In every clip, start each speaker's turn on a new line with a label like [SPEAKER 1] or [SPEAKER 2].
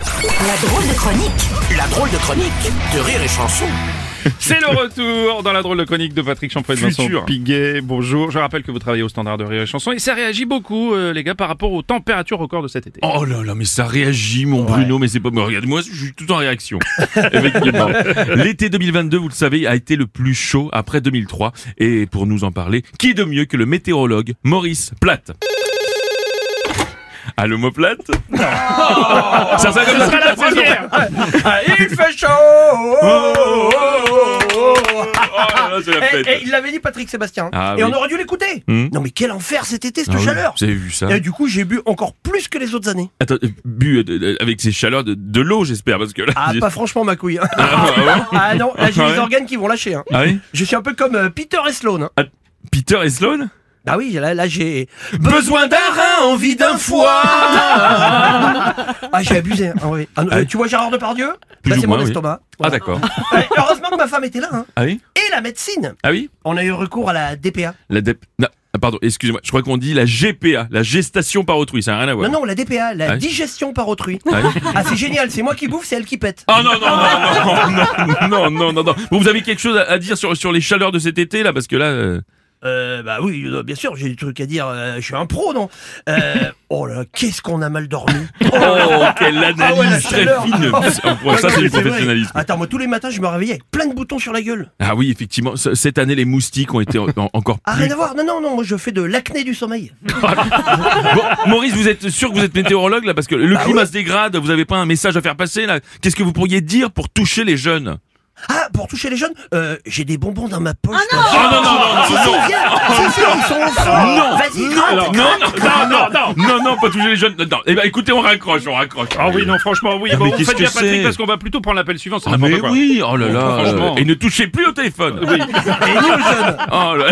[SPEAKER 1] La drôle de chronique
[SPEAKER 2] La drôle de chronique de Rire et Chanson.
[SPEAKER 3] C'est le retour dans la drôle de chronique de Patrick Champré de Vincent
[SPEAKER 4] Futur.
[SPEAKER 3] Piguet. Bonjour. Je rappelle que vous travaillez au standard de Rire et Chanson et ça réagit beaucoup, euh, les gars, par rapport aux températures records de cet été.
[SPEAKER 4] Oh là là, mais ça réagit, mon Bruno, mais c'est pas. mais Regarde-moi, je suis tout en réaction. Effectivement. L'été 2022, vous le savez, a été le plus chaud après 2003. Et pour nous en parler, qui de mieux que le météorologue Maurice Platt Allô, mot plate Ça sera comme ça.
[SPEAKER 3] la première
[SPEAKER 5] Ah, Il fait chaud
[SPEAKER 4] Oh là là, c'est la
[SPEAKER 5] Et, et
[SPEAKER 4] fête.
[SPEAKER 5] Eh, il l'avait dit Patrick Sébastien.
[SPEAKER 4] Ah
[SPEAKER 5] et
[SPEAKER 4] oui.
[SPEAKER 5] on aurait dû l'écouter.
[SPEAKER 4] Hmm.
[SPEAKER 5] Non mais quel enfer cet été, cette
[SPEAKER 4] Ah oui,
[SPEAKER 5] chaleur.
[SPEAKER 4] Vous
[SPEAKER 5] Eh,
[SPEAKER 4] avez vu ça
[SPEAKER 5] Et du coup, j'ai bu encore plus que les autres années.
[SPEAKER 4] Attends, euh, bu euh, de- de- avec ces chaleurs de, de l'eau, j'espère, parce que là.
[SPEAKER 5] Ah,
[SPEAKER 4] j'ai-
[SPEAKER 5] pas franchement ma couille. hein.
[SPEAKER 4] Ah, ah, ouais
[SPEAKER 5] ah non, là j'ai
[SPEAKER 4] Ah
[SPEAKER 5] les
[SPEAKER 4] ouais
[SPEAKER 5] organes qui vont lâcher. hein.
[SPEAKER 4] Ah oui
[SPEAKER 5] Je suis un peu comme euh, Peter et Sloan. hein.
[SPEAKER 4] Peter et Sloan
[SPEAKER 5] Ah oui, là, là j'ai besoin d'un rein, envie d'un foie. ah j'ai abusé. hein, ah ouais. Ah non,
[SPEAKER 4] Ah oui.
[SPEAKER 5] tu vois Gérard Depardieu
[SPEAKER 4] Plus
[SPEAKER 5] Là
[SPEAKER 4] ou
[SPEAKER 5] c'est mon
[SPEAKER 4] moins, oui.
[SPEAKER 5] estomac.
[SPEAKER 4] Ah d'accord.
[SPEAKER 5] Ouais, heureusement que ma femme était là. hein.
[SPEAKER 4] Ah oui
[SPEAKER 5] Et la médecine.
[SPEAKER 4] Ah oui
[SPEAKER 5] On a eu recours à la DPA.
[SPEAKER 4] La dep... non, ah, pardon, excusez-moi, je crois qu'on dit la GPA, la gestation par autrui, ça n'a rien à voir.
[SPEAKER 5] Non, non, la DPA, la
[SPEAKER 4] Ah oui.
[SPEAKER 5] digestion par autrui.
[SPEAKER 4] Ah oui
[SPEAKER 5] Ah, c'est génial, c'est moi qui bouffe, c'est elle qui pète.
[SPEAKER 4] Ah non, non, non, non, non, non, non, non. Bon, vous avez quelque chose à à dire sur, sur les chaleurs de cet été, là, parce que là... euh,
[SPEAKER 5] Euh, bah oui, euh, bien sûr, j'ai des trucs à dire, euh, je suis un pro, non Euh, Oh là, qu'est-ce qu'on a mal dormi
[SPEAKER 4] Oh, quelle
[SPEAKER 5] Ah ouais, la
[SPEAKER 4] analyse très
[SPEAKER 5] chaleur.
[SPEAKER 4] fine Ah, bon, Ça, c'est du professionnalisme.
[SPEAKER 5] Attends, moi tous les matins, je me réveillais avec plein de boutons sur la gueule.
[SPEAKER 4] Ah oui, effectivement, ce- cette année, les moustiques ont été en- en- encore
[SPEAKER 5] Ah,
[SPEAKER 4] plus...
[SPEAKER 5] rien à voir, non, non, non, moi je fais de l'acné du sommeil.
[SPEAKER 4] Bon, Maurice, vous êtes sûr que vous êtes météorologue, là, parce que le climat se dégrade, vous avez pas un message à faire passer, là Qu'est-ce que vous pourriez dire pour toucher les jeunes
[SPEAKER 5] Ah, pour toucher les jeunes, euh, j'ai des bonbons dans ma poche. Ah
[SPEAKER 4] Oh non, non, non,
[SPEAKER 5] Si,
[SPEAKER 4] non,
[SPEAKER 5] si,
[SPEAKER 4] non
[SPEAKER 5] viens, si, si, ils sont au fond.
[SPEAKER 4] Non.
[SPEAKER 5] Vas-y,
[SPEAKER 4] Non,
[SPEAKER 5] gratte,
[SPEAKER 4] non, non, non, non, non, non, pas toucher les jeunes. Non, non. Eh ben, écoutez, on raccroche, on raccroche.
[SPEAKER 3] Ah oui, non, franchement, oui.
[SPEAKER 4] Ah,
[SPEAKER 3] Bon,
[SPEAKER 4] mais
[SPEAKER 3] on
[SPEAKER 4] qu'est-ce
[SPEAKER 3] fait bien
[SPEAKER 4] que
[SPEAKER 3] Patrick
[SPEAKER 4] c'est
[SPEAKER 3] parce qu'on va plutôt prendre l'appel suivant, c'est
[SPEAKER 4] Ah, mais
[SPEAKER 3] n'importe quoi.
[SPEAKER 4] oui, oh là là.
[SPEAKER 3] Franchement.
[SPEAKER 4] Et ne touchez plus au téléphone. Oh là.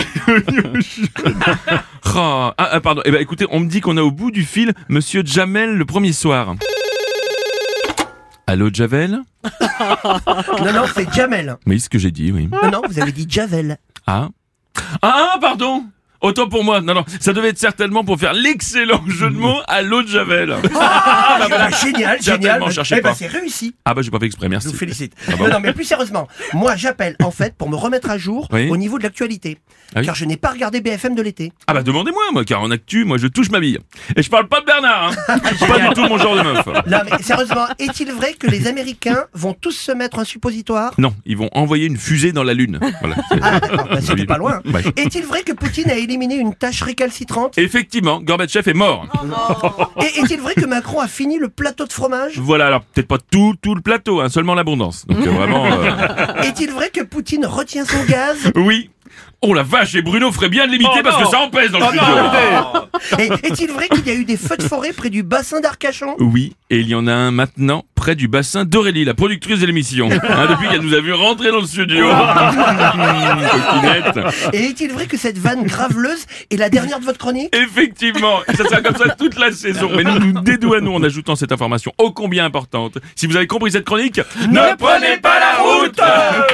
[SPEAKER 4] Oh, ah, ah, pardon. Eh ben, écoutez, on me dit qu'on a au bout du fil Monsieur Jamel le premier soir. Allô, Javel
[SPEAKER 5] Non, non, c'est Jamel.
[SPEAKER 4] Oui, ce que j'ai dit, oui.
[SPEAKER 5] Non, non, vous avez dit Javel.
[SPEAKER 4] Ah. Ah, pardon Autant pour moi. Non, non, ça devait être certainement pour faire l'excellent jeu de mots Allô, Javel.
[SPEAKER 5] Ah, bah, voilà, génial,
[SPEAKER 4] Javel,
[SPEAKER 5] génial.
[SPEAKER 4] m'en cherchez
[SPEAKER 5] Eh ben,
[SPEAKER 4] pas.
[SPEAKER 5] c'est réussi.
[SPEAKER 4] Ah bah, j'ai pas fait exprès,
[SPEAKER 5] Je
[SPEAKER 4] merci.
[SPEAKER 5] vous félicite.
[SPEAKER 4] Ah bon
[SPEAKER 5] non, non, mais plus sérieusement, moi j'appelle en fait pour me remettre à jour
[SPEAKER 4] Oui.
[SPEAKER 5] au niveau de l'actualité.
[SPEAKER 4] Ah oui.
[SPEAKER 5] Car je n'ai pas regardé BFM de l'été.
[SPEAKER 4] Ah bah demandez-moi, moi, car en actu, moi je touche ma bille. Et je parle pas de Bernard, hein. C'est pas du tout mon genre de meuf.
[SPEAKER 5] Non, mais sérieusement, est-il vrai que les Américains vont tous se mettre un suppositoire
[SPEAKER 4] Non, ils vont envoyer une fusée dans la Lune. Voilà. C'est-
[SPEAKER 5] Ah, d'accord, bah, c'était pas loin.
[SPEAKER 4] Ouais.
[SPEAKER 5] Est-il vrai que Poutine a éliminé une tâche récalcitrante
[SPEAKER 4] Effectivement, Gorbatchev est mort.
[SPEAKER 5] Et est-il vrai que Macron a fini le plateau de fromage
[SPEAKER 4] Voilà, alors peut-être pas tout, tout le plateau, hein, seulement l'abondance. Donc euh, vraiment... euh,
[SPEAKER 5] Est-il vrai que Poutine retient son gaz
[SPEAKER 4] Oui. Oh la vache, et Bruno ferait bien de l'imiter
[SPEAKER 3] Oh,
[SPEAKER 4] parce
[SPEAKER 3] non.
[SPEAKER 4] que ça en pèse dans le
[SPEAKER 3] Oh, non,
[SPEAKER 4] studio.
[SPEAKER 3] arrêtez.
[SPEAKER 5] Et est-il vrai qu'il y a eu des feux de forêt près du bassin d'Arcachon
[SPEAKER 4] Oui, et il y en a un maintenant près du bassin d'Aurélie, la productrice de l'émission. Hein, depuis qu'elle nous a vu rentrer dans le studio. Hum, coquinette.
[SPEAKER 5] Et est-il vrai que cette vanne graveleuse est la dernière de votre chronique
[SPEAKER 4] Effectivement, et ça sera comme ça toute la saison. Mais nous nous dédouanons en ajoutant cette information ô combien importante. Si vous avez compris cette chronique, ne prenez pas la route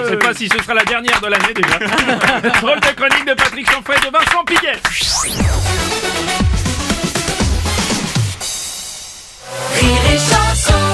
[SPEAKER 3] Je sais pas si ce sera la dernière de l'année déjà. drôle de chronique de Patrick Champré de Vincent Piguet.
[SPEAKER 1] Rire et chanson